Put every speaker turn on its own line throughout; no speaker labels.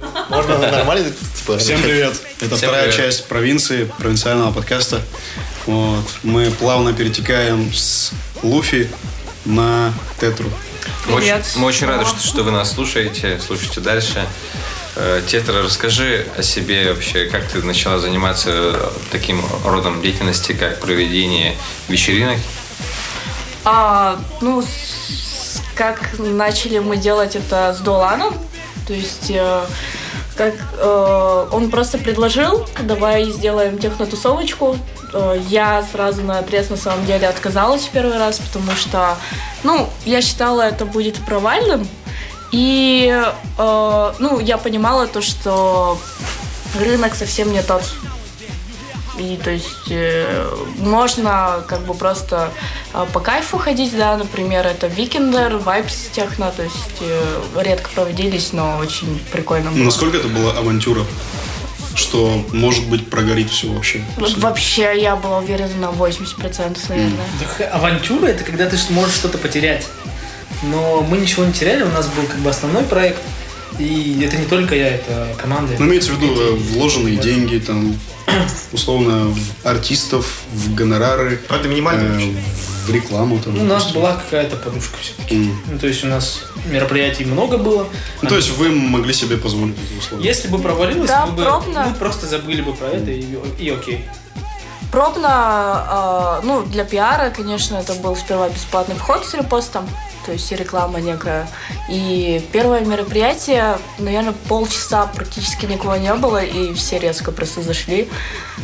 Можно нормально? типа,
Всем привет. Это
Всем
вторая
привет.
часть провинции, провинциального подкаста. Вот. Мы плавно перетекаем с Луфи на Тетру.
Мы очень,
Привет.
мы очень рады,
Мама.
что, что вы нас слушаете, слушайте дальше. Э, Тетра, расскажи о себе вообще, как ты начала заниматься э, таким родом деятельности, как проведение вечеринок.
А, ну, с- как начали мы делать это с Доланом, то есть э, как э, он просто предложил, давай сделаем технотусовочку. Э, я сразу на отрез на самом деле отказалась в первый раз, потому что, ну, я считала это будет провальным, и, э, ну, я понимала то, что рынок совсем не тот. И то есть э, можно как бы просто э, по кайфу ходить, да, например, это Викендер, Вайпс Техно, то есть э, редко проводились, но очень прикольно было.
Ну, Насколько это была авантюра? Что может быть прогорит все вообще?
Вот Вообще я была уверена на 80%, наверное.
Так авантюра это когда ты можешь что-то потерять. Но мы ничего не теряли, у нас был как бы основной проект. И это не только я, это команда.
Ну, имеется в виду э, вложенные деньги, там, условно, в артистов, в гонорары,
Ну, это минимально
э,
вообще.
в рекламу. Там,
Ну, у нас
допустим.
была какая-то подушка все-таки.
М.
Ну, то есть у нас мероприятий много было.
Ну, то есть вы могли себе позволить это условно?
Если бы провалилось,
Да,
мы, бы,
пробно.
мы просто забыли бы про это и, и окей.
Пробно, э, ну, для пиара, конечно, это был сперва бесплатный вход с репостом, то есть и реклама некая. И первое мероприятие, наверное, полчаса практически никого не было, и все резко просто зашли.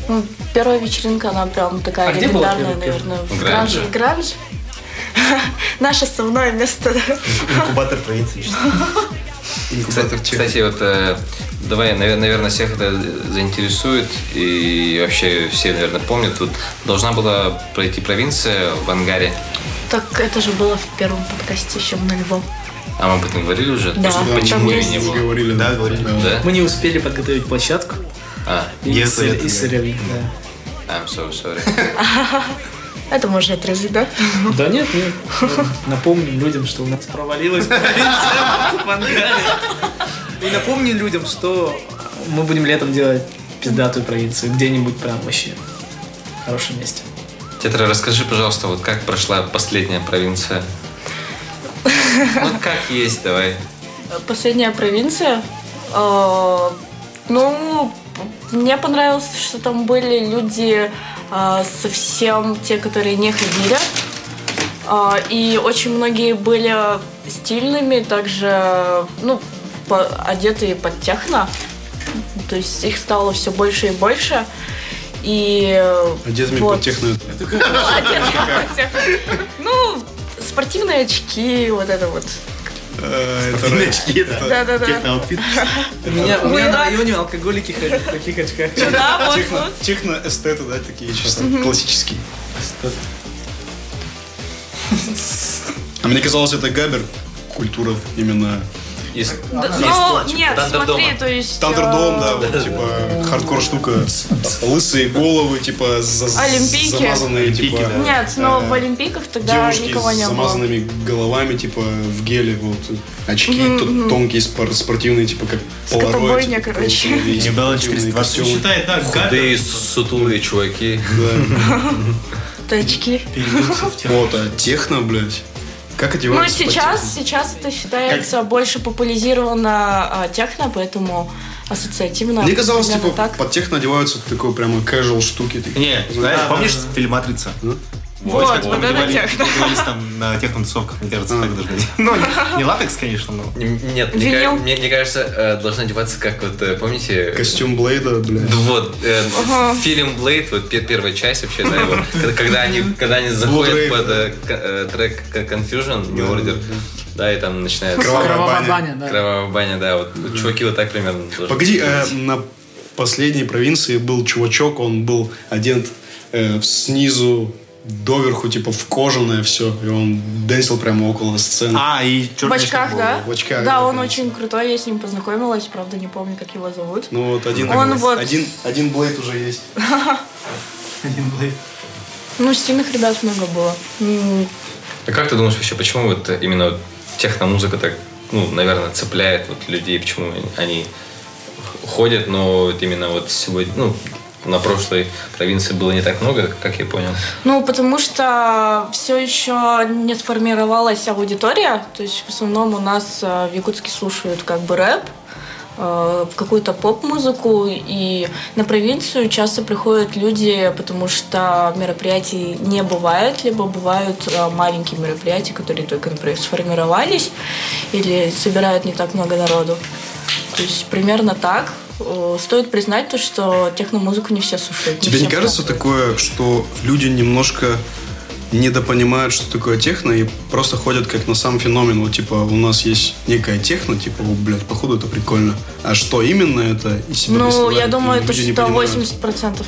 Ну, первая вечеринка, она прям такая
А где была
легендарная,
первая- первая?
наверное, в
В
Гранже.
Гранже.
В Гранже. Наше основное место.
Инкубатор провинции.
Кстати,
Инкубатор тех.
кстати, вот э, давай, навер- наверное, всех это заинтересует и вообще все, наверное, помнят. Тут должна была пройти провинция в Ангаре,
Так это же было в первом подкасте еще на любом.
а мы об этом говорили уже.
Да,
Просто
там
а почему ее
есть-
не
Вы
было?
говорили,
Да, говорили.
Да?
Мы не успели подготовить площадку
А,
и,
Yes,
сыр-
yes,
и
yes.
сырьевик,
I'm so sorry.
Это можно отрезать, да?
да. Да нет, нет. Напомним людям, что у нас провалилось провинция в Ангаре. И напомним людям, что мы будем летом делать пиздатую провинцию где-нибудь прям вообще в хорошем месте.
Тетра, расскажи, пожалуйста, вот как прошла последняя провинция? Ну, как есть, давай.
Последняя провинция. Э, Ну, мне понравилось, что там были люди э, совсем те, которые не ходили. Э, И очень многие были стильными, также ну, по- одетые под техно. То есть их стало все больше и больше. И э,
Одетыми
вот. Ну,
под техно.
Одетыми под техно. Ну, спортивные очки, вот это вот.
Э, это ра-
Очки,
Да-да-да.
Техноаутфит.
У меня, у
Вы
меня на
так?
районе алкоголики ходят в таких очках.
Да, вот,
техно-
вот.
Техноэстеты, да, такие чисто классические. А мне казалось, это габер культура именно.
Из-
Да,
из
Ну,
творчества.
нет,
Тандердома.
смотри, то есть...
Тандердом,
э,
да, вот типа хардкор штука. Лысые головы, типа за-
Олимпийки.
замазанные, типа.
Олимпийки, да.
Нет, но
э,
в Олимпиках тогда
Девушки
никого
с
не было.
замазанными головами, типа в геле, вот очки
Мгм,
т- тонкие, спор- спортивные, типа как
котобойня,
типа,
короче.
вот, и
Не было
спортивные
420.
костюмы.
Считай, да,
Худые,
габер
сутулые чуваки.
Да.
Тачки.
переделся в театр.
Вот, а техно, блядь. Как
Ну,
одеваются? под
сейчас, сейчас это считается больше популяризировано э, техно, поэтому ассоциативно.
Мне казалось, типа,
примерно так.
под техно одеваются такой прямо casual штуки. такие.
Не, знаешь,
да,
помнишь
да.
фильм «Матрица»?
Вот,
как мы
вот это
надевали-
техно.
надевались там на технотусовках, мне кажется, так должно быть. Ну, не- не латекс, конечно, но...
Н- Нет, мне,
Винил.
ка- мне, мне кажется, э, должна одеваться как вот, э, помните...
Костюм Блейда, бля.
Да Вот, э, фильм Блейд, вот пе- первая часть вообще, да, его, когда- когда они, когда они заходят
Рейв,
под
да.
э, к- э, трек к- Confusion, New Order, да, и там начинается
Кровавая
Кровавая
баня.
баня, да.
кровавая баня, да, вот вот чуваки вот так примерно. должны
Погоди, э,
выглядеть.
на последней провинции был чувачок, он был одет э, в- снизу доверху, типа в кожаное все, и он дэнсил прямо около сцены.
А, и
В
черная
очках, да?
в очках,
Да,
да,
он
конечно.
очень крутой, я с ним познакомилась, правда, не помню, как его зовут.
Ну вот один,
Он вот-
один, один Блейд уже есть.
Ну, стильных ребят много было. М,
А как ты думаешь вообще, почему вот именно вот техно-музыка так, ну, наверное, цепляет вот людей, почему они ходят, но вот именно вот сегодня, ну, на прошлой провинции было не так много, как я понял.
Ну, потому что все еще не сформировалась аудитория. То есть в основном у нас э, в Якутске слушают как бы рэп, э, какую-то поп-музыку. И на провинцию часто приходят люди, потому что мероприятий не бывает, либо бывают э, маленькие мероприятия, которые только, например, сформировались или собирают не так много народу. То есть примерно так. Э, Стоит признать то, что техномузыку не все слушают.
Тебе не
всем
кажется
показывают.
такое, что люди немножко недопонимают, что такое техно, и просто ходят как на сам феномен. Вот, типа, у нас есть некая техно, типа, о, блядь, походу это прикольно. А что именно это из себя
Ну,
представляет,
я думаю, это
люди не понимают.
180%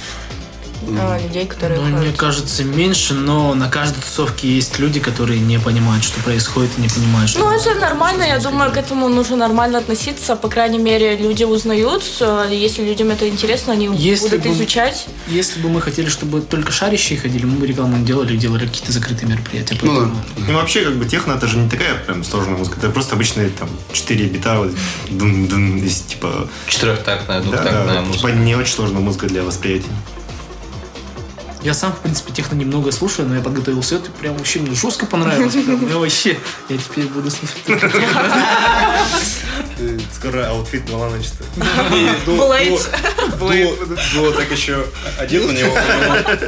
э, людей, которые
Ну, мне
ходят.
кажется, меньше, но на каждой тусовке есть люди, которые не понимают, что происходит, и не понимают, что...
Ну, это нормально, я думаю, к этому нужно нормально относиться. По крайней мере, люди узнают, э, если людям это интересно, они
Если
будут
бы-
изучать.
Если бы мы хотели, чтобы только шарящие ходили, мы бы рекламу не делали, делали какие-то закрытые мероприятия.
Ну да.
поэтому-
Ну вообще, как бы техно, это же не такая прям сложная музыка. Это просто обычные там четыре бита, вот, дун-дун, из, типа...
Четырехтактная,
Да,
двухтактная
да,
Ну, музыка.
типа не очень сложная музыка для восприятия.
Я сам, в принципе, техно немного слушаю, но я подготовил все, это прям вообще мне жестко понравилось. прям. Я вообще, я теперь буду слушать. только техно.
Скоро аутфит Милана что
ну,
Блейд.
Было ну, так еще один у него,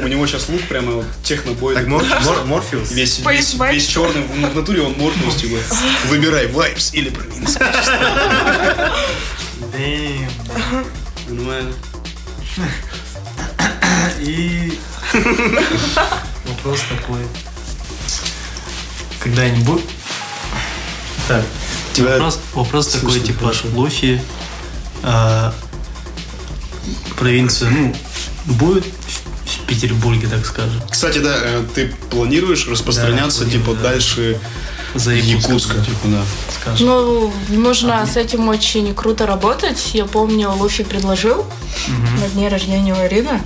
у него сейчас лук прямо вот технобой.
Так, Мор- Мор- Морфеус?
Весь,
Space
весь,
Vibes.
весь черный, в в натуре он морфнулся, типа, выбирай, вайпс или провинс.
Дэм.
Понимаю.
И вопрос такой. Когда-нибудь... Так,
Тебя
вопрос, вопрос такой,
слышно
типа,
хорошо.
Лофи, а, провинция, ну, будет в- в Петербурге, так скажем,
Кстати, да, э, ты планируешь распространяться,
Да,
типа,
планирую, да.
дальше
за
Якутска,
Якутском,
типа, да.
скажем.
Ну, нужно с этим очень круто работать. Я помню, Луфи предложил на дне рождения у Ирины.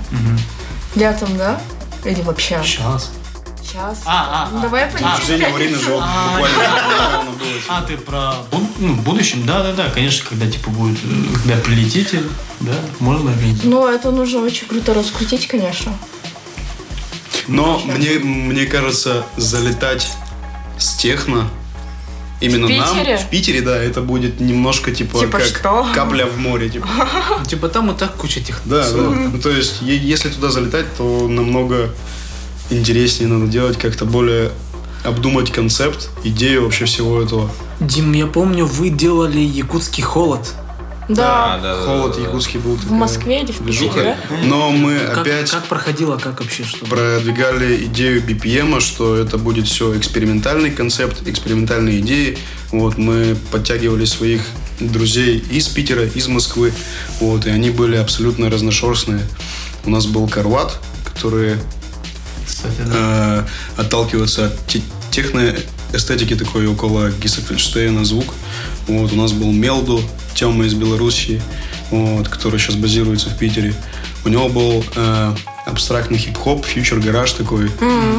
Летом, да? Или вообще?
Сейчас.
Сейчас.
А,
Ну, Давай
День рождения
полетим.
Марины же вот буквально недавно было.
А, ты про бу- ну, в будущем, да, да, да, конечно, когда типа будет, э, когда прилетите, да, можно организовать.
Ну, это нужно очень круто раскрутить, конечно.
Но мне, мне кажется, залетать с техно именно
В Питере?
нам, в Питере, да, это будет немножко типа,
Типа
как
что?
капля в море. Типа.
Ну, Типа там и так куча техно.
Да, да. Ну, то есть, е- если туда залетать, то намного интереснее надо делать, как-то более обдумать концепт, идею вообще всего этого.
Дим, я помню, вы делали якутский холод.
Да,
да,
Э,
да,
Холод
да, да.
якутский был.
в Москве или в Питере.
Но мы
Как,
опять
как проходило, как вообще, что?
продвигали идею BPM, что это будет все экспериментальный концепт, экспериментальные идеи. Вот, мы подтягивали своих друзей из Питера, из Москвы, вот, и они были абсолютно разношерстные. У нас был Карват, который
Кстати, да.
э, отталкивается от те- техноэстетики такой около Гиссефельдштейна звук. Вот, у нас был Мелду, Тема из Белоруссии, вот, который сейчас базируется в Питере. У него был э, абстрактный хип-хоп, фьючер гараж такой,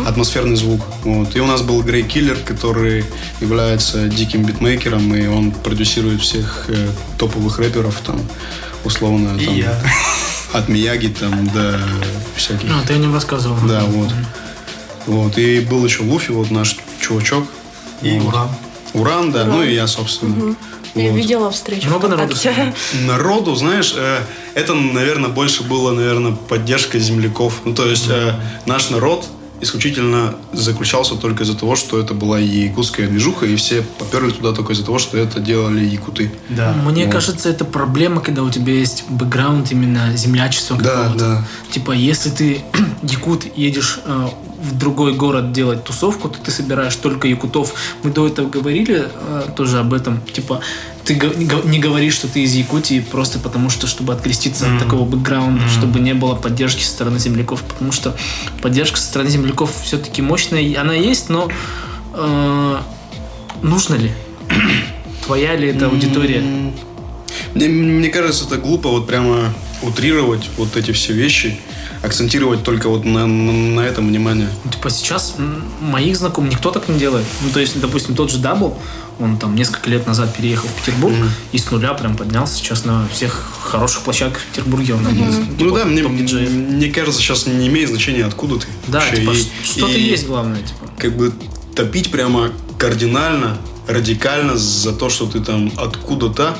атмосферный звук. Вот. И у нас был Грей Киллер, который является диким битмейкером, и он продюсирует всех э, топовых рэперов, там, условно,
И
там,
я.
от Мияги там, до всяких.
А, ты о нем рассказывал.
Да, вот. Вот. И был еще Луфи, вот наш чувачок.
И
Вот.
Уран.
Уран, да, ну и я, собственно.
Я
Вот.
видела встречу.
Ну, Много народу
ВКонтакте.
Народу, знаешь, э, это, наверное, больше было, наверное, поддержка земляков. Ну, то есть э, наш народ исключительно заключался только из-за того, что это была якутская движуха, и все поперли туда только из-за того, что это делали якуты.
Да.
Мне кажется, это проблема, когда у тебя есть бэкграунд именно землячества
Да,
какого-то.
да.
Типа, если ты якут, едешь э, в другой город делать тусовку, то ты собираешь только якутов. Мы до этого говорили э, тоже об этом. Типа, ты го- не го- не говоришь, что ты из Якутии просто потому, что чтобы откреститься от такого бэкграунда, чтобы не было поддержки со стороны земляков. Потому что поддержка со стороны земляков все-таки мощная, и она есть, но э, нужно ли? Твоя ли это аудитория?
Мне, мне кажется, это глупо вот прямо утрировать вот эти все вещи. акцентировать только вот на, на- на этом внимание.
Ну, Типа сейчас м, моих знакомых никто так не делает. Ну, то есть, допустим, тот же Дабл, он там несколько лет назад переехал в Петербург и с нуля прям поднялся сейчас на всех хороших площадках в Петербурге. Он один из,
ну
типа,
да, мне,
топ-диджеев.
мне кажется, сейчас не имеет значения, откуда ты.
Да,
вообще.
типа,
И-
ш- что ты
и
есть, главное, типа.
Как бы топить прямо кардинально, радикально за то, что ты там откуда-то,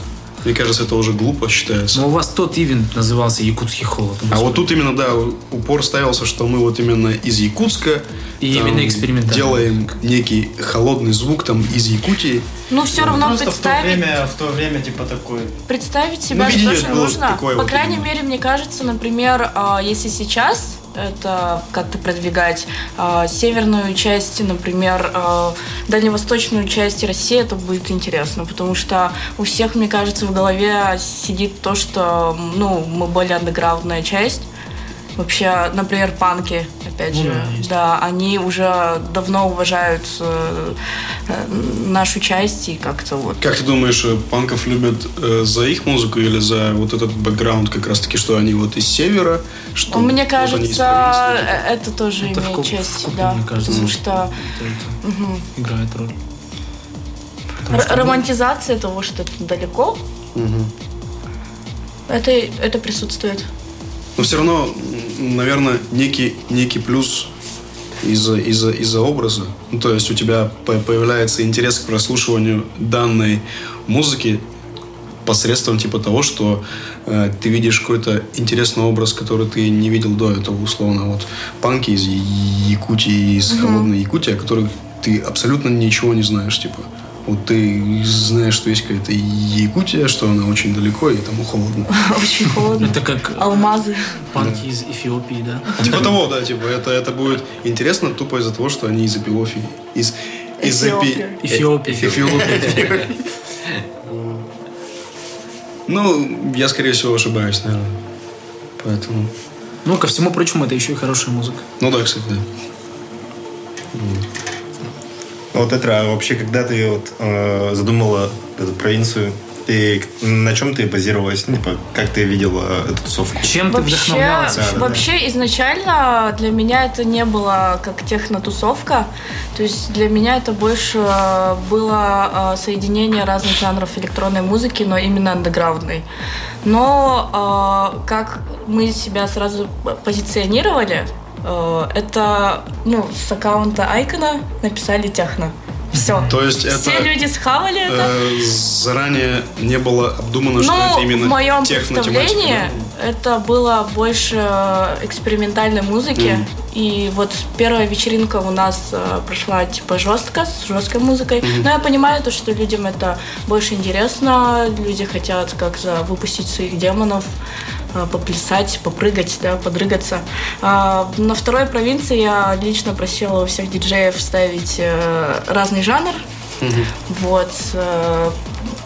мне кажется, это уже глупо считается.
Но у вас тот ивент назывался Якутский холод.
а вот тут именно, да, упор ставился, что мы вот именно из Якутска.
И именно экспериментально.
Делаем некий холодный звук там из Якутии.
Ну, все равно
Просто в то
представить,
время, в то время, типа, такой...
представить себя
Ну,
же
видение
тоже
было
нужно.
такое
По
вот
крайней
именно.
мере, мне кажется, например, а, если сейчас это как-то продвигать а, северную часть, например, а, дальневосточную часть России, это будет интересно, потому что у всех, мне кажется, в голове сидит то, что, ну, мы более андеграундная часть. Вообще, например, панки, опять
Ну
же,
да, есть.
да, они уже давно уважают э, э, нашу часть и как-то вот.
Как ты думаешь, э, панков любят э, за их музыку или за вот этот бэкграунд как раз-таки, что они вот из севера? Что
Ну,
вот они
Мне
из
кажется,
провинции?
э, это тоже
Это в
имеет
куп- в
часть,
купе,
да.
мне кажется.
потому что
это
мгм,
играет роль.
р- романтизация того, что это далеко, это, это присутствует.
Но все равно, м, наверное, некий, некий плюс из-за из из образа. Ну, то есть у тебя по- появляется интерес к прослушиванию данной музыки посредством типа того, что э, ты видишь какой-то интересный образ, который ты не видел до этого, условно. Вот панки из Якутии, из холодной Якутии, о которых ты абсолютно ничего не знаешь, типа. Вот ты знаешь, что есть какая-то Якутия, что она очень далеко и тому холодно.
Очень холодно.
Это как э,
Алмазы.
панки из Эфиопии, да?
Типа того, да, типа, это, это будет интересно тупо из-за того, что они из Эпиофии. Из, из Эпи...
Эфиопия.
Эфиопия.
Эфиопии. Ну, я, скорее всего, ошибаюсь, наверное. Поэтому...
Ну, ко всему прочему, это еще и хорошая музыка.
Ну да, кстати, да.
Вот это а вообще, когда ты вот э, задумала эту провинцию, ты к- на чем ты базировалась, типа, как ты видела эту тусовку?
Чем ты
Вообще,
вдохновлялась?
Да, да, да.
вообще изначально для меня это не было как техно-тусовка. То есть для меня это больше э, было э, соединение разных жанров электронной музыки, но именно андеграундной. Но э, как мы себя сразу позиционировали, э, это ну, с аккаунта Айкона написали техно. Все.
То есть
Все
это...
люди схавали это.
э, заранее не было обдумано, что
Ну,
это именно
в моем представлении
техно-тематика.
это было больше э, экспериментальной музыки. И вот первая вечеринка у нас э, прошла типа жестко, с жесткой музыкой. Но я понимаю то, что людям это больше интересно, люди хотят как-то выпустить своих демонов э, поплясать, попрыгать, да, подрыгаться. А, на второй провинции я лично просила у всех диджеев ставить э, разный жанр, вот. э,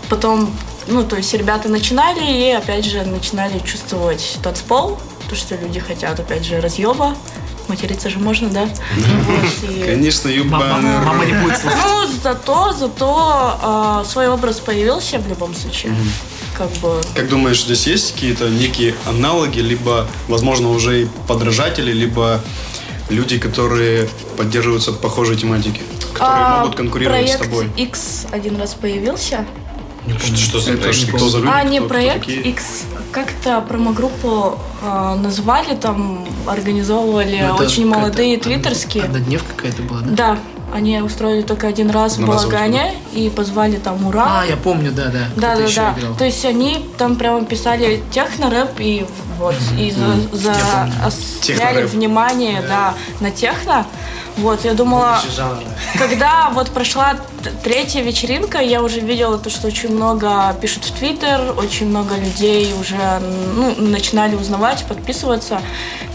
Потом, ну, то есть ребята начинали и, опять же, начинали чувствовать тот пол, то, что люди хотят, опять же, разъеба. Материться же можно, да? Вот, и-
Конечно,
Мама,
юбанер.
мама не будет слышать.
Ну, зато, зато э, свой образ появился в любом случае. Как бы
Как думаешь, здесь есть какие-то некие аналоги, либо, возможно, уже и подражатели, либо люди, которые поддерживаются похожей тематики, которые
А,
могут конкурировать
проект
с тобой?
X один раз появился.
Что, что за
Это
проект?
что за люди?
а, не
кто- кто
проект
такие?
X. Как-то промо-группу э, назвали, там организовывали
Ну, это
очень
какая-то
молодые
од-
твиттерские.
Однодневка какая-то была, да?
Да, они устроили только один раз в
Одноразово,
балагане и позвали там ура.
А, я помню, да, да.
да,
Кто-то
да,
еще
да.
играл.
То есть они там прямо писали техно-рэп и вот и за, за осуществляли
Техно-рэп.
внимание, да, на техно. Вот, я думала, когда вот прошла т- третья вечеринка, я уже видела то, что очень много пишут в Твиттер, очень много людей уже ну, начинали узнавать, подписываться.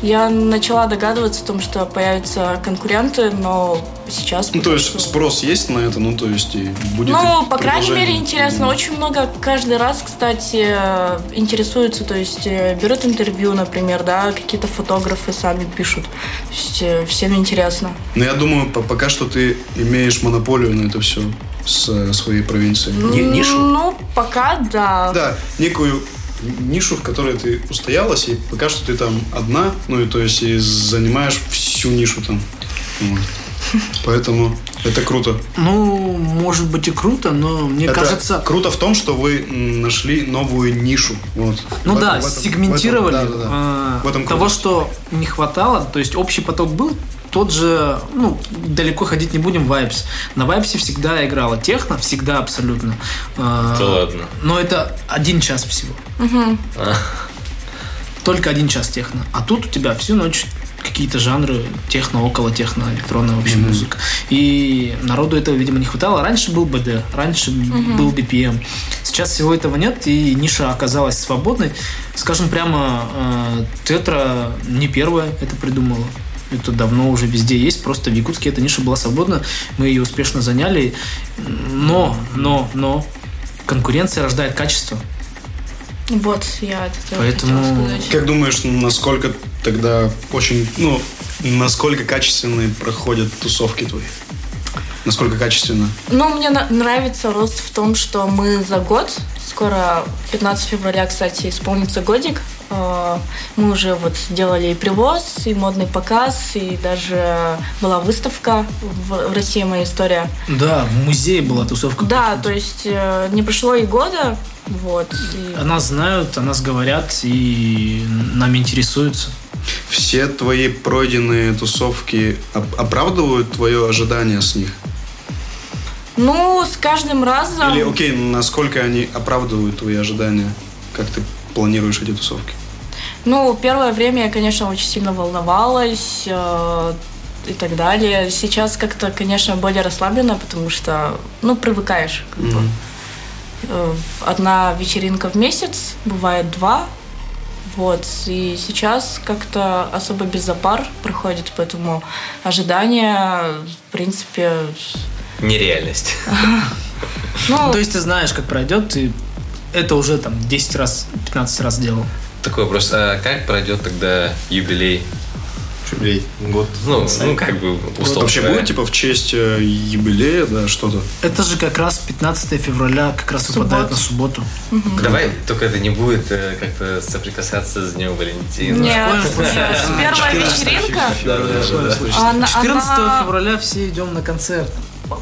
Я начала догадываться о том, что появятся конкуренты, но сейчас...
Ну, то есть спрос есть на это, ну, то есть и будет...
Ну,
и
по крайней мере,
предложение.
интересно. Очень много каждый раз, кстати, э, интересуются, то есть э, берут интервью, например, да, какие-то фотографы сами пишут. То есть э, всем интересно.
Но я думаю, по- пока что ты имеешь монополию на это все с э, своей провинции.
Ни- нишу?
Ну, пока да.
Да, некую нишу, в которой ты устоялась, и пока что ты там одна, ну и то есть и занимаешь всю нишу там. Вот. Поэтому это круто.
Ну, может быть и круто, но мне
Это
кажется...
круто в том, что вы м, нашли новую нишу. Вот.
Ну
В этом-
да,
в этом-
сегментировали
в этом- да, да, да.
а,
В этом
того,
круто.
что не хватало. То есть общий поток был тот же, ну, далеко ходить не будем, вайпс. На вайпсе всегда играла техно, всегда абсолютно. А,
Да ладно.
Но это один час всего.
А.
Только один час техно. А тут у тебя всю ночь какие-то жанры техно, около техно, электронная вообще музыка. И народу этого, видимо, не хватало. Раньше был БД, раньше был BPM. Сейчас всего этого нет, и ниша оказалась свободной. Скажем прямо, э, Тетра не первая это придумала. Это давно уже везде есть, просто в Якутске эта ниша была свободна, мы ее успешно заняли. Но, но, но, конкуренция рождает качество.
Вот, я это тоже
Поэтому-
хотела сказать.
Как думаешь, насколько тогда очень, ну, насколько качественные проходят тусовки твои? Насколько качественно?
Ну, мне на- нравится рост в том, что мы за год, скоро 15 февраля, кстати, исполнится годик. Э, Мы уже вот сделали и привоз, и модный показ, и даже была выставка в в России «Моя история».
Да, в музее была тусовка.
Да, то есть э, не прошло и года, вот. и-
А ну-
О нас знают, о нас говорят и нами интересуются.
Все твои пройденные тусовки оп- оправдывают твое ожидание с них?
Ну, с каждым разом...
Или, окей, насколько они оправдывают твои ожидания? Как ты планируешь эти тусовки?
Ну, первое время я, конечно, очень сильно волновалась э, и так далее. Сейчас как-то, конечно, более расслабленно, потому что, ну, привыкаешь. Как бы. Э, Одна вечеринка в месяц, бывает два. Вот, и сейчас как-то особо без запар проходит, поэтому ожидания, в принципе,
Нереальность.
ну,
То есть ты знаешь, как пройдет, ты это уже там 10 раз, 15 раз делал.
Такой вопрос, а как пройдет тогда юбилей?
Блин, год.
Ну, ну как бы условно.
Вообще
говоря.
будет, типа, в честь э, юбилея, да, что-то?
Это же как раз 15 февраля, как раз выпадает на субботу.
Давай, только это не будет э, как-то соприкасаться с Днем Валентина.
нет, нет, первая вечеринка,
Да, да, да, да.
она,
14
она-
февраля все идем на концерт.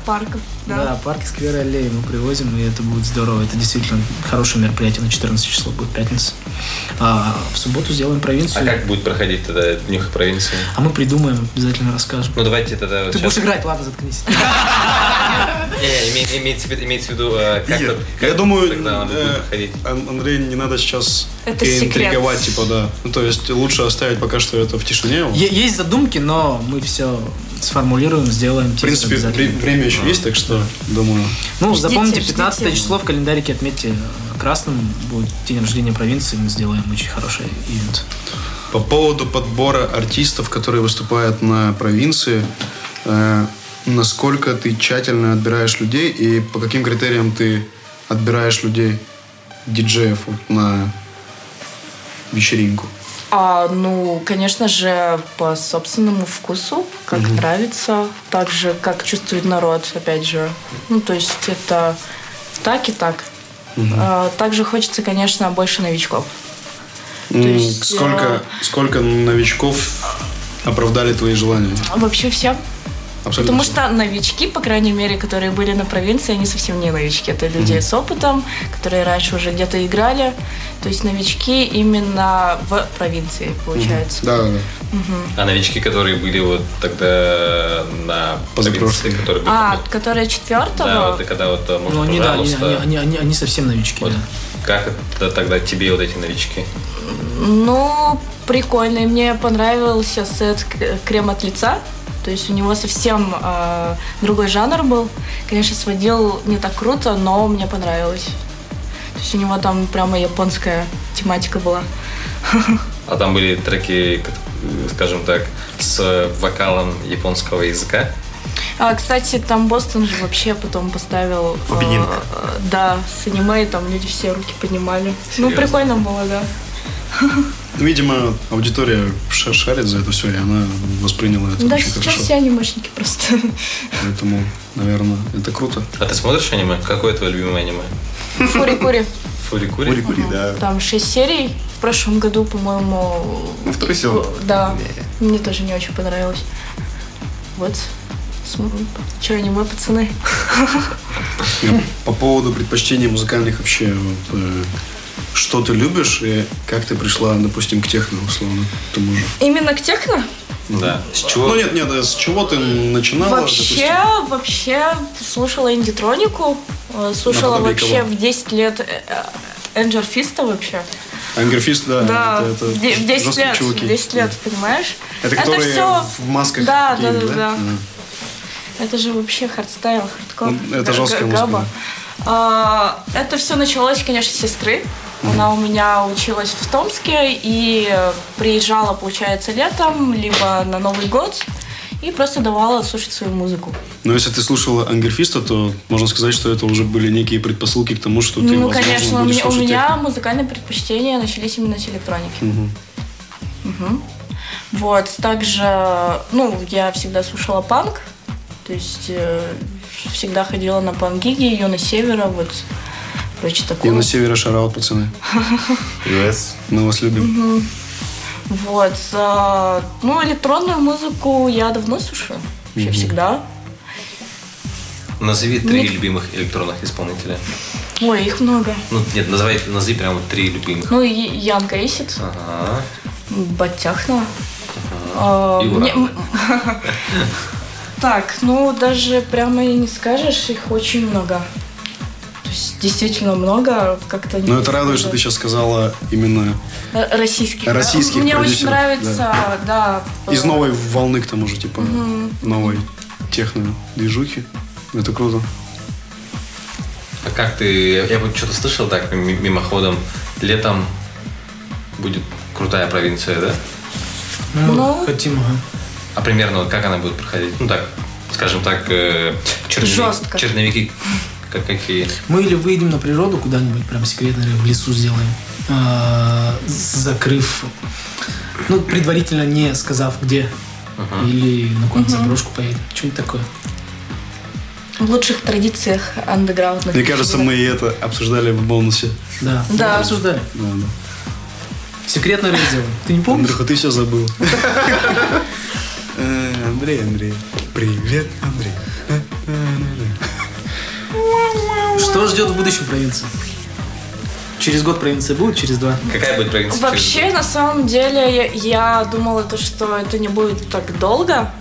Парков, да.
Да, парки, скверы, аллеи мы привозим, и это будет здорово. Это действительно хорошее мероприятие на 14 число будет пятница. А в субботу сделаем
А
провинцию.
как будет проходить тогда Днюха провинции?
А мы придумаем, обязательно расскажем.
Ну давайте тогда вот
Ты
сейчас-
будешь играть, ладно, заткнись.
Не, не, име- имеется, в виду- имеется в виду, э, как,
Нет,
это-
я
как
думаю,
тогда надо будет
э,
проходить.
Ан- Андрей, не надо сейчас
Это
интриговать,
секрет.
типа, да. Ну, то есть лучше оставить пока что это в тишине. Вот.
Е- Есть задумки, но мы все сформулируем, сделаем.
В принципе, вре- время еще
А.
есть, так что, думаю.
Ну,
Ждите,
запомните,
ждите.
15 число в календарике отметьте э, красным. Будет день рождения провинции, мы сделаем очень хороший ивент.
По поводу подбора артистов, которые выступают на провинции, э, насколько ты тщательно отбираешь людей и по каким критериям ты отбираешь людей, диджеев, вот, на вечеринку?
А, ну, конечно же, по собственному вкусу, как нравится, так же, как чувствует народ, опять же. Ну, то есть это так и так. А, также хочется, конечно, больше новичков.
М,
есть,
сколько, сколько новичков оправдали твои желания?
А вообще все.
Абсолютно
Потому
все.
что новички, по крайней мере, которые были на провинции, они совсем не новички. Это люди с опытом, которые раньше уже где-то играли. То есть новички именно в провинции, получается.
Да, да, да.
А новички, которые были вот тогда на
Позапрошлом.
провинции, которые были...
А, которые
да,
четвертого?
вот, и когда вот, э, можно,
Ну, они, да, они,
пожалуйста.
они, они, они- они совсем новички,
Вот
да.
Как это тогда тебе вот эти новички?
Ну, прикольный. Мне понравился сет к- крем от лица. То есть у него совсем э, другой жанр был. Конечно, сводил не так круто, но мне понравилось. То есть у него там прямо японская тематика была.
А там были треки, как, э, скажем так, с э, вокалом японского языка.
А, кстати, там Бостон же вообще потом поставил... э,
Объединка.
э, да, с аниме, и там люди все руки поднимали. Ну,
Серьезно?
прикольно было, да.
Видимо, аудитория ша- шарит за это все, и она восприняла это
да,
очень
сейчас
хорошо.
все анимешники просто.
Поэтому, наверное, это круто.
А ты смотришь аниме? Какое твое любимое аниме?
Кури-кури.
Фурикури.
Фурикури, да.
Там 6 серий. В прошлом году, по-моему...
Ну, второй сезон.
Да. Мне тоже не очень понравилось. Вот. Че, аниме, пацаны?
Нет, По поводу предпочтений музыкальных вообще, вот, э, что ты любишь и как ты пришла, допустим, к техно, условно, к тому же?
Именно к техно?
Да. С чего?
Ну нет, нет, э, с чего ты начинала,
Вообще,
допустим?
вообще слушала индитронику, э, слушала
Наподобие
вообще
кого?
в 10 лет э, э, Энджер Фиста вообще.
Ангерфист, да,
Да,
это, это
в де- в 10
жесткие
лет,
чуваки.
в 10 лет, понимаешь?
Это, которые
всё-
в масках
Да, да, да,
какие-нибудь,
да.
да?
Это же вообще хардстайл, хардкор.
Ну, это
г-
жесткая
г-
музыка,
габа.
да.
А, это все началось, конечно, с сестры. Она у меня училась в Томске и э, приезжала, получается, летом, либо на Новый год, и просто давала слушать свою музыку.
Но если ты слушала Ангерфиста, то можно сказать, что это уже были некие предпосылки к тому, что ты,
ну,
возможно,
конечно, у
будешь
меня, у
слушать
меня
техно.
музыкальные предпочтения начались именно с электроники. Мгм. Вот, также, ну, я всегда слушала панк, то есть э, всегда ходила на пангиги, ее на севера, вот, прочее такое.
Я на севере шарал, пацаны.
US.
Мы вас любим.
Вот, э, ну, электронную музыку я давно слушаю, вообще всегда.
Назови
Ну.
три любимых электронных исполнителя.
Ой, их много.
Ну, нет, назови, назови прям вот три любимых.
Ну, и Янка Эйсид,
Ага.
Батяхна. А,
И
мне-
ура.
Так, ну даже прямо и не скажешь, их очень много. То есть действительно много, как-то...
Но Ну, это радует, что ты сейчас сказала именно
Э, Российских. да?
Российских
Мне очень
продюсеров,
нравится, да. э,
из новой волны, к тому же, типа новой техно-движухи. Ну, Это круто.
А как ты... Я, я вот что-то слышал так м- мимоходом. Летом будет крутая провинция, да?
Ну,
Ну.
хотим, ага.
А примерно вот как она будет проходить? Ну так, скажем так, э, черновики,
Жёстко.
черновики как, какие.
Мы или выйдем на природу куда-нибудь, прям секретно, или в лесу сделаем, а, закрыв, ну, предварительно не сказав где, или на какую-нибудь заброшку поедем, что-нибудь такое.
В лучших традициях андеграундных.
Мне кажется, мы и это обсуждали в бонусе.
Да,
Да.
мы обсуждали.
Да, да.
Секретно рейд сделаем. Ты не помнишь?
Андрюха, ты все забыл. Э, Андрей, Андрей. Привет, Андрей.
Что ждет в будущем провинции? Через год провинция будет, через два.
Какая будет провинция? через
Вообще, на самом деле, я я думала, то, что это не будет так долго,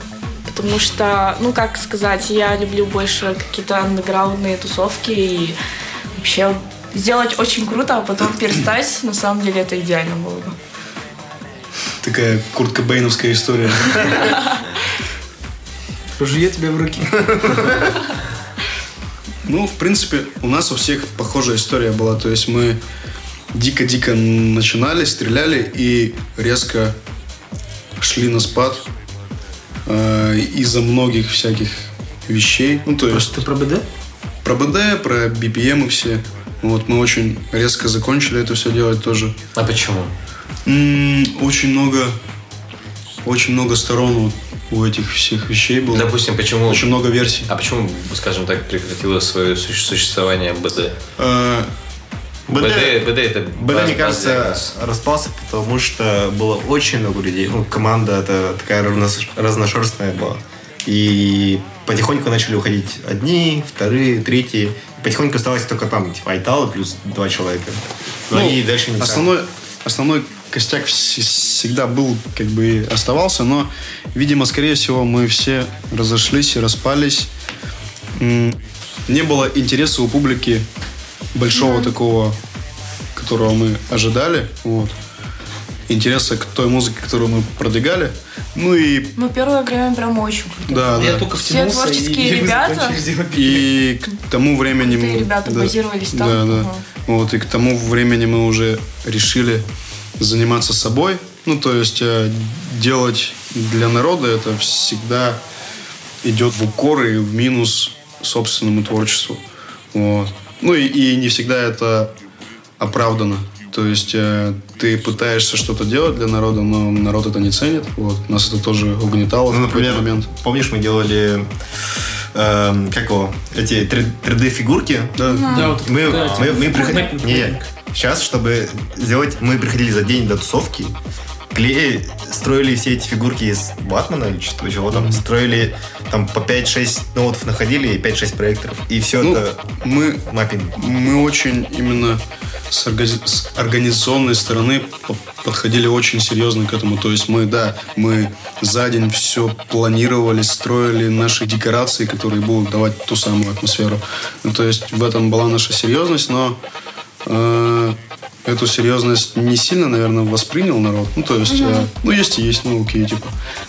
потому что, ну, как сказать, я люблю больше какие-то андеграундные тусовки и вообще сделать очень круто, а потом перестать, на самом деле, это идеально было бы.
Такая куртка Бейновская история.
Ружье тебе в руки.
Ну, в принципе, у нас у всех похожая история была. То есть мы дико-дико начинали, стреляли и резко шли на спад э, из-за многих всяких вещей. Ну, то есть
Просто ты про БД?
про БД, про BPM и все. Вот мы очень резко закончили это все делать тоже.
год? А почему?
М, Очень много, очень много сторон вот у этих всех вещей было.
Допустим, почему...
Очень много версий.
А почему, скажем так, прекратило свое суще- существование БД?
Э,
БД,
БД,
БД это...
БД, мне
баз-
кажется,
баз-
распался, потому что было очень много людей. Ну, команда это такая равнос- разношерстная была. И потихоньку начали уходить одни, вторые, третьи. Потихоньку оставалось только там, типа, Айтала плюс два человека. Но
Ну,
они дальше не
основной, основной костяк вс- всегда был, как бы и оставался, но, видимо, скорее всего, мы все разошлись и распались. М, Не было интереса у публики большого такого, которого мы ожидали. Вот. Интереса к той музыке, которую мы продвигали. Ну и
Мы первое время прям очень круто.
да, А да.
Все творческие ребята.
И к тому времени
Крутые ребята базировались там.
Да, да.
Ага.
Вот, и к тому времени мы уже решили заниматься собой. Ну, то есть э, делать для народа это всегда идет в укор и в минус собственному творчеству. Вот. Ну и, и не всегда это оправдано. То есть э, ты пытаешься что-то делать для народа, но народ это не ценит. Вот. Нас это тоже угнетало
Ну,
в какой-то
например,
момент.
помнишь, мы делали эм, как его, эти 3D-фигурки?
Да.
Да, вот
Ну,
Мы, мы, мы приход-
Маятник.
не, Сейчас, чтобы сделать, мы приходили за день до тусовки, клеили, строили все эти фигурки из Батмана или что- чего там, строили там по 5-6 ноутов находили и 5-6 проекторов. И все
Ну,
это
мы
маппинг.
мы очень именно с, орга- с организационной стороны по- подходили очень серьезно к этому. То есть мы, да, мы за день все планировали, строили наши декорации, которые будут давать ту самую атмосферу. Ну, то есть в этом была наша серьезность, но э, эту серьезность не сильно, наверное, воспринял народ. Ну, то есть, э, ну, есть и есть, ну, окей, типа.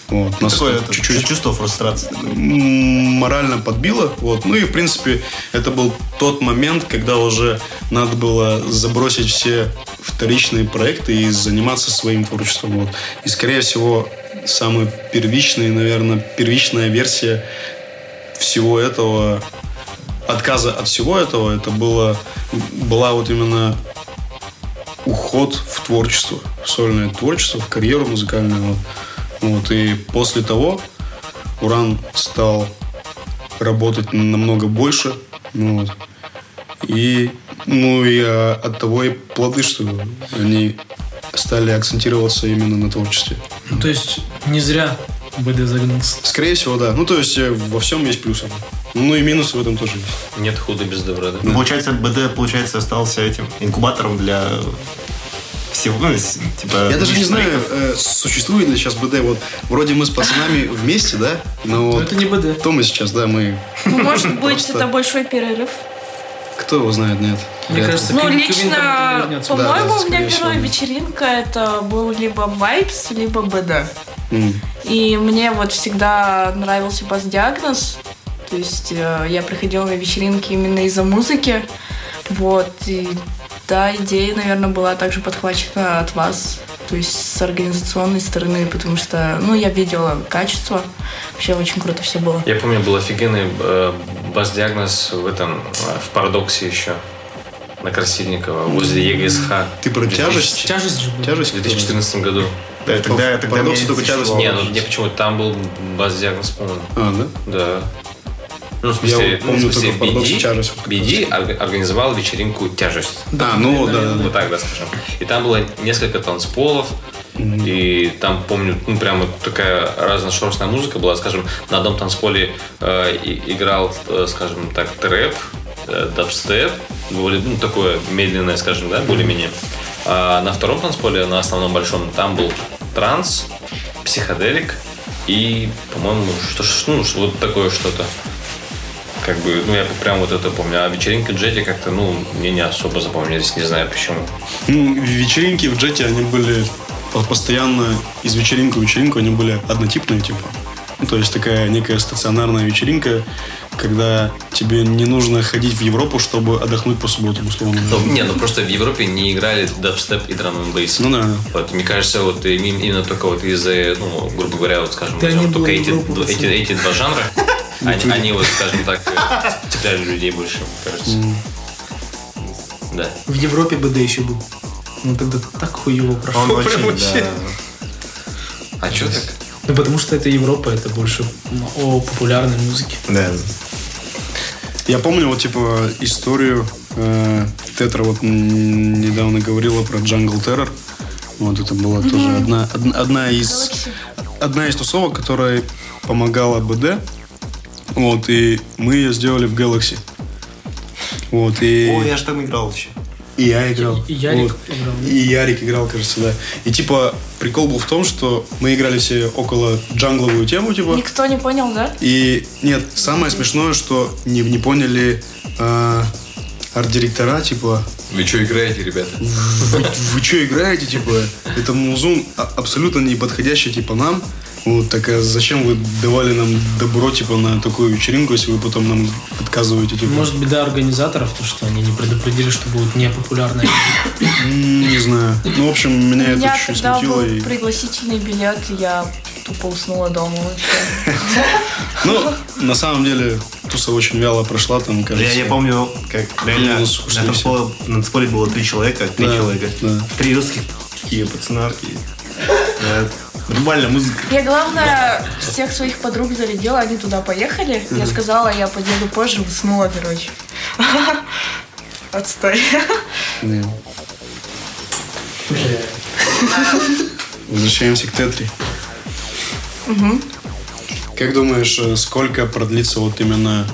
Вот, нас
Такое
это
это, чувство фрустрации.
м, морально подбило. Вот. Ну и, в принципе, это был тот момент, когда уже надо было забросить все вторичные проекты и заниматься своим творчеством. Вот. И, скорее всего, самая первичная, наверное, первичная версия всего этого, отказа от всего этого, это было, была вот именно уход в творчество, в сольное творчество, в карьеру музыкальную. Вот. Вот, и после того Уран стал работать намного больше. ну вот. И, ну и а, от того и плоды, что они стали акцентироваться именно на творчестве.
Ну, то есть не зря БД загнулся.
Скорее всего, да. Ну, то есть э, во всем есть плюсы. Ну и минусы в этом тоже есть.
Нет худа без добра, да?
Ну, получается, БД, получается, остался этим инкубатором для всего, ну, с- типа...
Я даже не
лишних
знаю,
проектов.
э, существует ли сейчас БД. Вот вроде мы с пацанами вместе, да? Но
Но
вот
Ну, это не БД.
кто мы сейчас, да, мы...
Ну, может быть,
Просто.
это большой перерыв.
кто его знает, нет.
Мне
Вряд ли.
кажется,
Ну,
Квин- Квин там
лично,
вернется.
по-моему,
да,
у меня
скорее всего,
первая
да.
вечеринка это был либо Vibes, либо БД.
М.
И мне вот всегда нравился бас-диагноз. То есть э, я приходила на вечеринки именно из-за музыки. Вот. И та идея, наверное, была также подхвачена от вас. То есть с организационной стороны, потому что, ну, я видела качество. Вообще очень круто все было.
Я помню, был офигенный э, бас-диагноз в этом, э, в парадоксе еще, на Красильникова, возле ЕГСХ.
Ты про тяжесть?
Тяжесть же была.
Тяжесть?
В 2014 году.
Да, Э, тогда, тогда
Парадокс
мне
только тяжесть.
существовало.
Не, ну мне почему там был бас-диагноз, по-моему.
А, да?
Да. Ну, в смысле,
Я помню
в смысле,
только парадокс
BD
тяжесть.
BD орг- организовал вечеринку «Тяжесть».
Да, ну вот, да, да, да.
Вот так, да, скажем. И там было несколько танцполов, и там, помню, ну, прям вот такая разношерстная музыка была. Скажем, на одном танцполе э, и- играл, э, скажем так, трэп, э, дабстеп, более, ну, такое медленное, скажем, да, более-менее. А на втором танцполе, на основном большом, там был транс, психоделик и, по-моему, что, ну, что- вот такое что-то. Как бы, ну, я прям вот это помню. А вечеринка Джети как-то, ну, мне не особо запомнились, не знаю почему.
Ну, вечеринки в джете, они были по- постоянно из вечеринки в вечеринку, они были однотипные, типа. Ну, то есть такая некая стационарная вечеринка, когда тебе не нужно ходить в Европу, чтобы отдохнуть по субботам, условно.
Ну, не, ну просто в Европе не играли дабстеп и драм н бейс.
Ну, да.
Вот, мне кажется, вот и- им- именно только вот из-за, ну, грубо говоря, вот, скажем,
Да
возьмем
не было
только эти,
Европы,
д- эти,
пацаны.
эти два жанра,
Типа
они, они вот, скажем так, э, цепляли людей больше, мне кажется. Да.
В Европе БД еще был. Ну тогда так хуево прошло.
А Он очень, да.
А что так?
Ну, потому что это Европа, это больше о популярной музыке.
Да.
Я помню, вот, типа, историю э, Тетра вот м, недавно говорила про Джангл Террор. Вот это была тоже одна, одна, одна из одна из тусовок, которая помогала БД. Вот, и мы ее сделали в Galaxy. Вот, и...
О, я же там играл вообще.
И я играл.
И Ярик
Вот.
играл, да?
И Ярик играл, кажется, да. И типа прикол был в том, что мы играли все около джангловую тему, типа.
Никто не понял, да?
И нет, самое смешное, что не, не поняли э, арт-директора, типа,
Вы что играете, ребята?
вы, вы что играете, типа, это музон а- абсолютно не подходящий, типа, нам. Вот, так а зачем вы давали нам добро, типа, на такую вечеринку, если вы потом нам отказываете, типа,
Может, беда организаторов, то, что они не предупредили, что будет непопулярная музыка.
«М, не знаю. Ну, в общем, меня,
У
это
меня
чуть-чуть
тогда был
смутило. и-
пригласительный билет, я тупо уснула дома. вообще.
Ну, на самом деле, туса очень вяло прошла, там,
Я,
кажется.
я помню, как реально
Ну, слушай,
на танцполе, на танцполе было три человека, три
Да,
человека.
да.
Три русских такие пацанарки. Да. Нормальная музыка.
Я, главное, всех своих подруг зарядила, они туда поехали. Я сказала, я подъеду позже, уснула, короче. Отстой.
Не. Возвращаемся к Тетри. Как думаешь, э, сколько продлится вот именно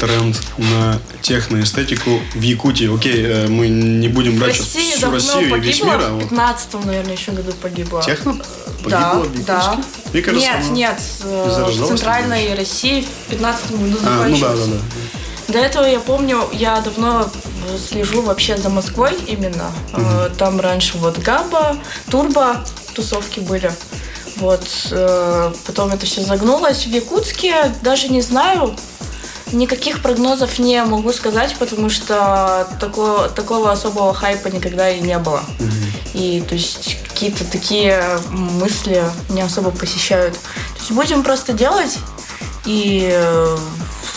тренд на техноэстетику в Якутии? Окей, э, мы не будем брать сейчас
Россия
всю
давно
Россию и весь
погибла,
мир, а
в
вот
15 наверное, еще году погибла.
техно
Да,
погибло в Якутске?
да.
Мне кажется,
нет,
оно-
нет, э,
зарождалось,
в центральной
наверное.
России в 15 году
А, ну
закончилось.
да, да, да.
До этого я помню, я давно э, слежу вообще за Москвой именно. Э, Там раньше вот Габа, Турбо тусовки были. Вот, э, потом это все загнулось. В Якутске даже не знаю, никаких прогнозов не могу сказать, потому что такого, такого особого хайпа никогда и не было. И то есть какие-то такие мысли не особо посещают. То есть будем просто делать. И э,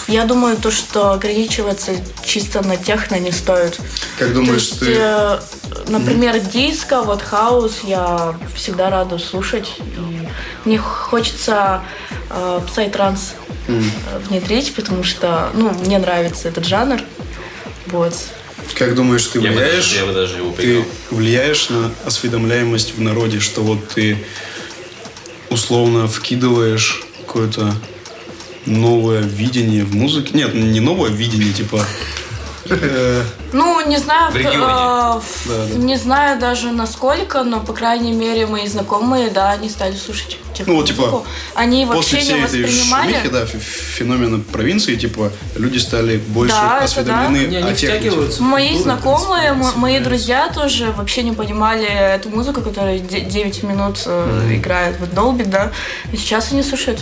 я думаю, то, что ограничиваться чисто на техно не стоит.
Как
То
думаешь,
есть,
ты...
э, например, диско, вот хаус я всегда рада слушать. И Мне хочется э, псай-транс э, внедрить, потому что, ну, мне нравится этот жанр. Вот.
Как думаешь, ты
Я бы,
влияешь?
даже, я бы даже его поиграл.
Ты влияешь на осведомляемость в народе, что вот ты условно вкидываешь какое-то новое видение в музыке. Нет, ну, не новое видение, типа... э,
Ну, не знаю,
В регионе.
э, в-
Да, да.
не знаю даже насколько, но, по крайней мере, мои знакомые, да, они стали слушать
Ну, вот, типа,
техномузыку. Они
После
вообще
всей
не
этой
воспринимали.
шумихи, да, фе- феномена провинции, типа, люди стали больше
Да, это
осведомлены
Не,
о
они
технике.
втягиваются. в
Мои
культуру,
знакомые,
в принципе,
мо- мои
да.
друзья тоже вообще не понимали эту музыку, которая де- 9 минут э, играет в долби, да. И сейчас они слушают.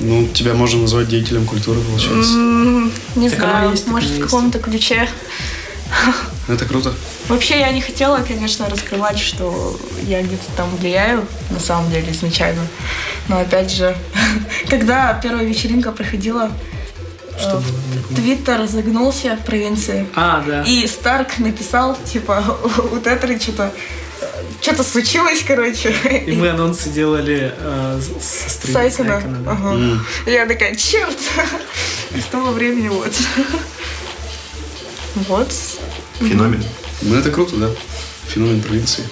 Ну, тебя можно назвать деятелем культуры, получается.
Не
Так оно
знаю,
и есть, так
может,
оно и
в
есть.
каком-то ключе.
Ну, Это круто.
Вообще, я не хотела, конечно, раскрывать, что я где-то там влияю, на самом деле, изначально. Но, опять же, когда первая вечеринка проходила, э, в- Твиттер загнулся в провинции.
А, да.
И Старк написал, типа, у Тетры что-то что-то случилось, короче.
И мы анонсы делали э, с- со
И
страницы
Сайкона.
Айкона, да.
Ага. Я такая, черт! И с того времени вот. Вот.
Феномен.
Ну, это круто, да. Феномен провинции.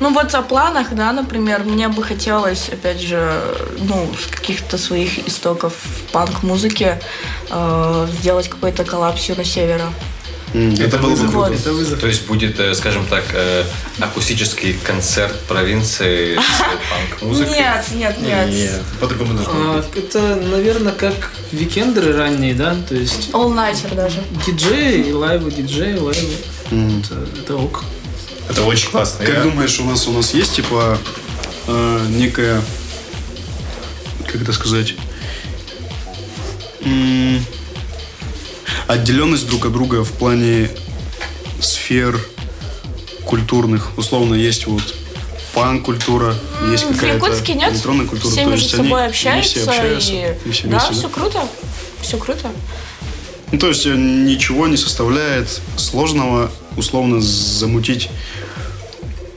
Ну вот о планах, да, например, мне бы хотелось, опять же, ну, с каких-то своих истоков в панк-музыке э, сделать какой-то коллапс на севера.
М, Это, было бы
вызов.
круто.
Вот.
Это вызов.
То есть будет, э, скажем так, э, акустический концерт провинции с панк-музыкой.
Нет, нет, нет.
По-другому нужно.
А, Это, наверное, как викендеры ранние, да? То есть
All-найтер даже.
диджеи и лайвы, диджеи, лайвы. э, Это, это ок.
Это очень классно.
Как
Я-
думаешь, у нас у нас есть типа э, некая, как это сказать, М, отделенность друг от друга в плане сфер культурных? Условно есть вот панк-культура, есть
В
какая-то
Якутске нет.
электронная культура.
все
то
между
есть они-
собой
они все
общаются.
общаются,
и...
и все вместе,
да,
да?
все круто. Все круто.
Ну, то есть э, ничего не составляет сложного условно замутить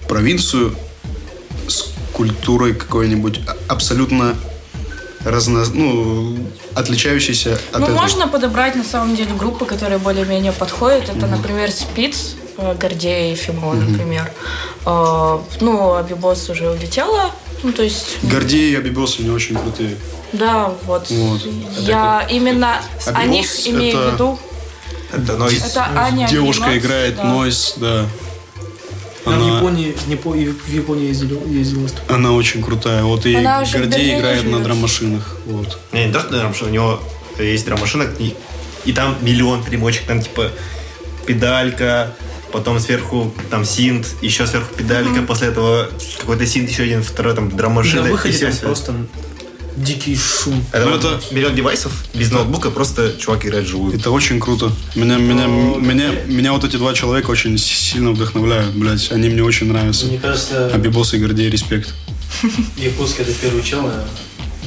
провинцию с культурой какой-нибудь а- абсолютно разно... ну, отличающейся от
ну,
этой.
можно подобрать, на самом деле, группы, которые более-менее подходят. Это, например, Спиц, э, Гордея и Фимо, например. Э, Ну, Абибос уже улетела. Ну, то есть,
Гордей и Абибос у меня очень крутые.
да, вот.
Ну, Вот.
Я именно с- о
Абибос
них имею
это-
в виду.
Это нойз.
Это Аня
Девушка
Абибос,
играет
да.
нойс, да.
Она... В
Она,
Японии, в Япо- и в Японии ездили, ездила выступать.
она очень крутая. Вот и
Она уже в
Гордей
Берлине
играет на
живет.
драм-машинах. Вот.
Не, не то, что драм, что у него есть драм-машина, и, и там миллион примочек, там типа педалька, потом сверху там синт, еще сверху педалька, после этого какой-то синт, еще один, второй там
И на
драм-машина.
выходе
всё,
там
всё.
просто дикий шум.
Это,
Ну,
вот
это-
миллион девайсов без ноутбука, просто чувак играет живую.
Это очень круто. Меня, меня, меня, меня вот эти два человека очень с- сильно вдохновляют, блядь. Они мне очень нравятся.
Мне кажется,
Абибос и Гордей, респект.
Якутск это первый чел, э,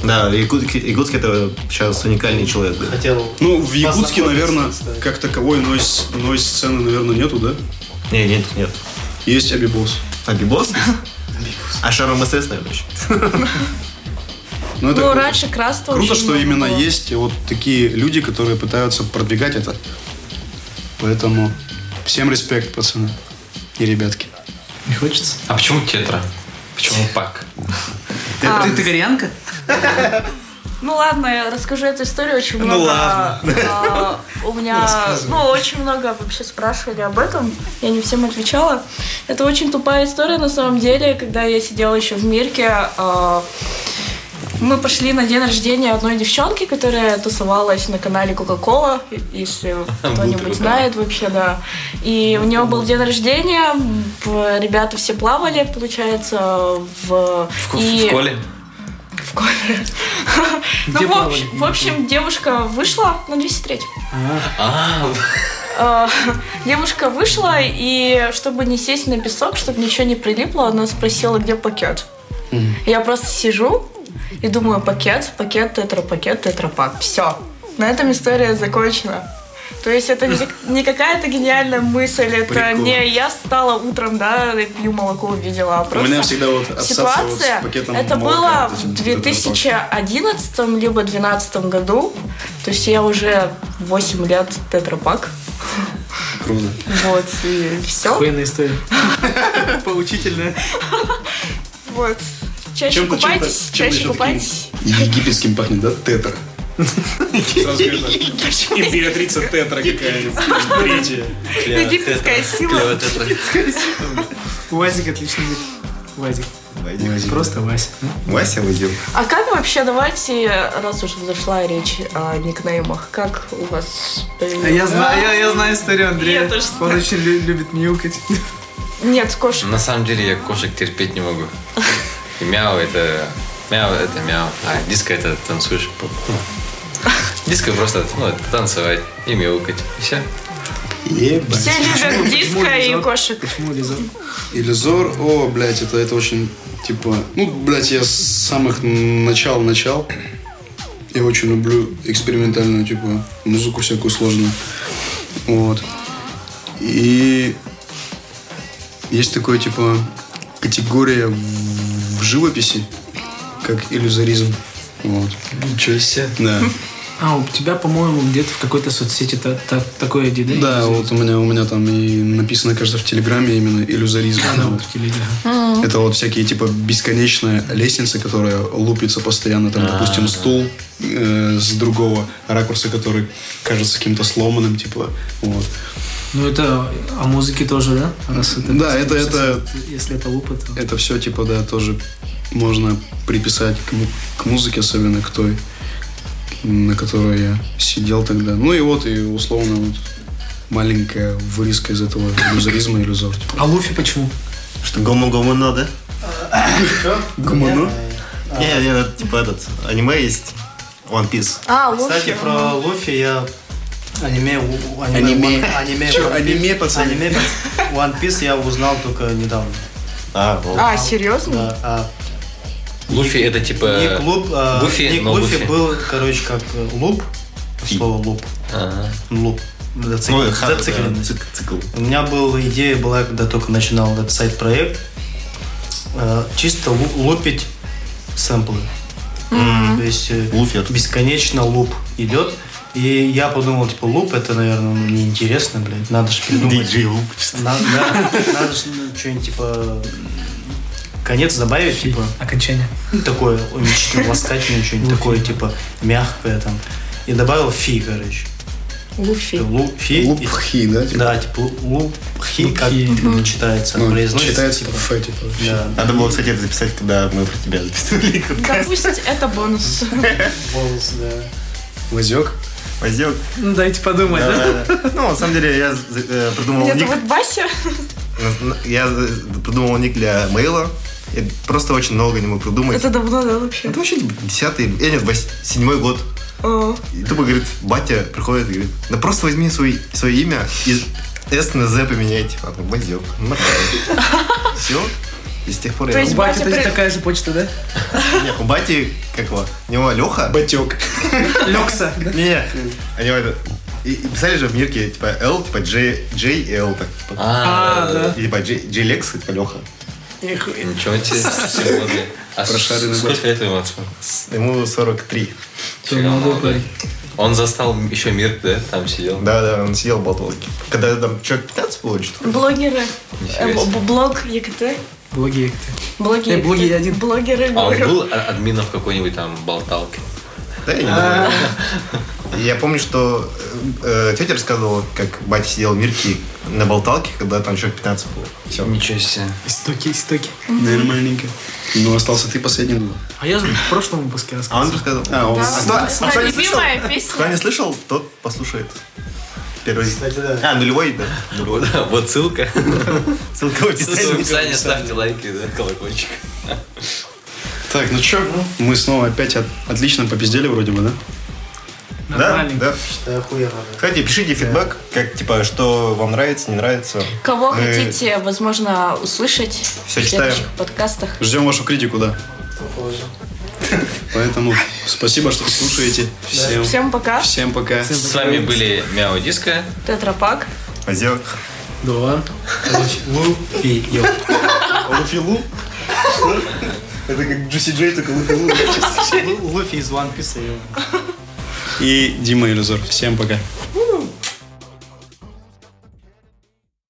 я
Да, Якутский, Якутский это сейчас уникальный человек. да.
хотел...
Ну, в Якутске,
познакомиться,
наверное,
кстати.
как таковой нойс, сцены, наверное, нету, да?
Не, нет, нет.
Есть Абибос.
А Бибос? А Шаром СС, наверное, еще.
Но это
Ну,
круто.
раньше красство
Круто,
очень
что
много
именно
было.
есть вот такие люди, которые пытаются продвигать это. Поэтому всем респект, пацаны. и ребятки.
Не хочется?
А почему тетра? Почему пак?
Ты, ты, ты кореянка?
Ну ладно, я расскажу эту историю очень
Ну
много.
ладно.
а, у меня, ну, очень много вообще спрашивали об этом. Я не всем отвечала. Это очень тупая история на самом деле, когда я сидела еще в Мирке. а, мы пошли на день рождения одной девчонки, которая тусовалась на канале Coca-Cola, и- если кто-нибудь знает вообще, да. И у нее был день рождения, п- ребята все плавали, получается, в...
В,
и-
в школе?
в коле. Ну, в общем- в общем, девушка вышла на 203.
А,
Э, Девушка вышла, и чтобы не сесть на песок, чтобы ничего не прилипло, она спросила, где пакет. Я просто сижу и думаю, пакет, пакет, тетрапакет, тетрапак. Все. На этом история закончена. То есть это не, не какая-то гениальная мысль, это не я встала утром, да, и пью молоко, увидела, а просто
У меня всегда вот ассоциация вот
ситуация.
с пакетом
это
молока,
было
вот
в
этим, вот этим
2011 либо 2012 году. То есть я уже 8 лет тетрапак.
Круто.
Вот, и все.
Охуенная история.
Поучительно.
Вот. Чаще
Чем-то,
купайтесь,
чем-то, чем-то
чаще
еще
купайтесь.
Египетским пахнет, да? Тетра. Императрица Тетра какая-нибудь. Третья.
Египетская сила.
Вазик отлично будет. Вазик. Просто Вася.
Вася выйдем.
А как вообще, давайте, раз уж зашла речь о никнеймах, как у вас... э,
А я знаю, я, я знаю историю Андрея.
Я тоже
Он очень лю- любит мяукать.
А? Нет, кошек.
на самом деле я кошек терпеть не могу. И мяу это... Мяу это мяу. А диско это танцуешь. по- ну, Диско просто ну, это танцевать и мяукать. И все.
Все любят диско и кошек.
Иллюзор, о, блядь, это, это очень, типа, ну, блядь, я с самых начал-начал. Я очень люблю экспериментальную, типа, музыку всякую сложную. Вот. И есть такое, типа, категория в в живописи, как иллюзоризм. Вот. Ничего себе. Да.
А, у тебя, по-моему, где-то в какой-то соцсети та- та- такое ID, да?
Да, вот у меня, у меня там и написано, кажется, в Телеграме именно иллюзоризм.
Да, А.
Вот.
вот в телеге.
Это вот всякие типа бесконечная лестница, которая лупится постоянно. Там, допустим, стул э, с другого ракурса, который кажется каким-то сломанным, типа. Вот.
Ну это о музыке тоже, да? Раз это,
Да, это- это-
Если это лупа, то...
Это все, типа, да, тоже можно приписать к, му- к музыке, особенно к той, на которой я сидел тогда. Ну и вот, и условно вот маленькая вырезка из этого иллюзоризма, иллюзор. типа.
А Луфи почему?
Что, гому гомуно, да? Не, не, это типа этот, аниме есть, One Piece.
А,
Кстати,
лучше.
про Луфи я аниме, у- у- аниме,
Аниме.
One- аниме,
Чё,
One Piece-
аниме, пацаны?
аниме, пац- One Piece я узнал только недавно.
А, вот.
А, серьезно?
Да, а
Луфи это типа...
не клуб, а,
Гуфи,
не
но
Гуфи
Гуфи.
был, короче, как э, луп.
Фи.
Слово луп.
Ага.
Луп.
Ой,
Зациклен-
ха- да,
зацикленность.
цик- цикл.
У меня была идея, была, когда только начинал этот сайт-проект, э, чисто лу- лупить сэмплы. То есть э,
Луфер.
бесконечно луп идет. И я подумал, типа, луп это, наверное, ну, неинтересно, блядь. Надо же придумать.
Диджей Луп.
Надо, же что-нибудь, типа, конец добавить, типа,
Окончание.
ну, такое уменьшительно ласкательное, что-нибудь такое, типа, мягкое там. И добавил фи, короче.
Луфи.
Луп, фи. и-
Лупхи, да? типа?
да, типа лупхи, как читается,
Ну,
произносится.
читается
типа,
типа фэ, типа.
да.
Надо было, кстати, это записать, когда мы про тебя записывали.
Да пусть это бонус.
Волос, да.
Возек.
Возьмем.
Ну, дайте подумать, да?
Да-да-да. Ну, на самом деле, я э, придумал
Меня
ник.
зовут Вася.
Я придумал ник для мейла. Я просто очень много не мог придумать.
Это давно, да, вообще?
Это вообще десятый, э, нет, вось- седьмой год.
О,
И тупо говорит, батя приходит и говорит, да просто возьми свой- свое имя и S на Z поменяй, типа, ну, возьмем. Все. И с тех пор
То
я...
есть
У
У Бати
Батя при-
такая же почта, да?
бати- нет, У бати, как его, у него Леха.
Батек.
Лекса. да?
Не, не, у него это... И, и писали же в мирке, типа, L, типа, J, J и L, так, типа.
А, да.
И, типа, J, J Lex, и, типа, Леха.
Ничего тебе. сегодня. А с-
Прошаренный
сколько лет твоему отцу?
Ему 43.
Ты молодой парень.
Он застал еще мир, да? Там сидел.
Да, да, он сидел болтал. Когда там человек 15 было, что ли?
Блогеры.
Нифига
Э, б-
себе.
б- Блог ЕКТ.
Блоги.
Блогеры.
Э, блоги один.
Блогеры.
А он
говорю.
был а- админом в какой-нибудь там болталке?
Да, я не знаю. Я помню, что э, э, тетя рассказывала, как батя сидел в мирке на болталке, когда там человек 15 было. Все.
Ничего себе.
Истоки, истоки.
Нормальненько. Ну, остался ты последний.
А я же в прошлом выпуске
А
рассказывал.
он рассказывал.
А, он.
А кто-
Моя
кто не слышал?
любимая
Кто не
песня.
слышал, тот послушает. Первый. А, нулевой, да. Нулевой.
Да, Вот ссылка.
Ссылка в
Ссылка в
описании.
описании, ставьте лайки, да, колокольчик.
Так, ну чё, мы снова опять от- отлично попиздели вроде бы, да?
Да, да.
Считаю, охуенно. да.
Кстати, пишите фидбэк, как типа, что вам нравится, не нравится.
Кого
Мы-
хотите, возможно, услышать
Всё
в
читаем.
следующих подкастах.
Ждем вашу критику, да.
Похоже.
Поэтому спасибо, что слушаете. Всем,
Всем пока.
всем пока.
С вами были Мяу Диско.
Тетрапак.
Озёк.
Два.
Луфилу.
Луфилу? Это как Джуси Джей, только Луфилу.
Луфи из One Piece.
И Дима Иллюзор. Всем пока.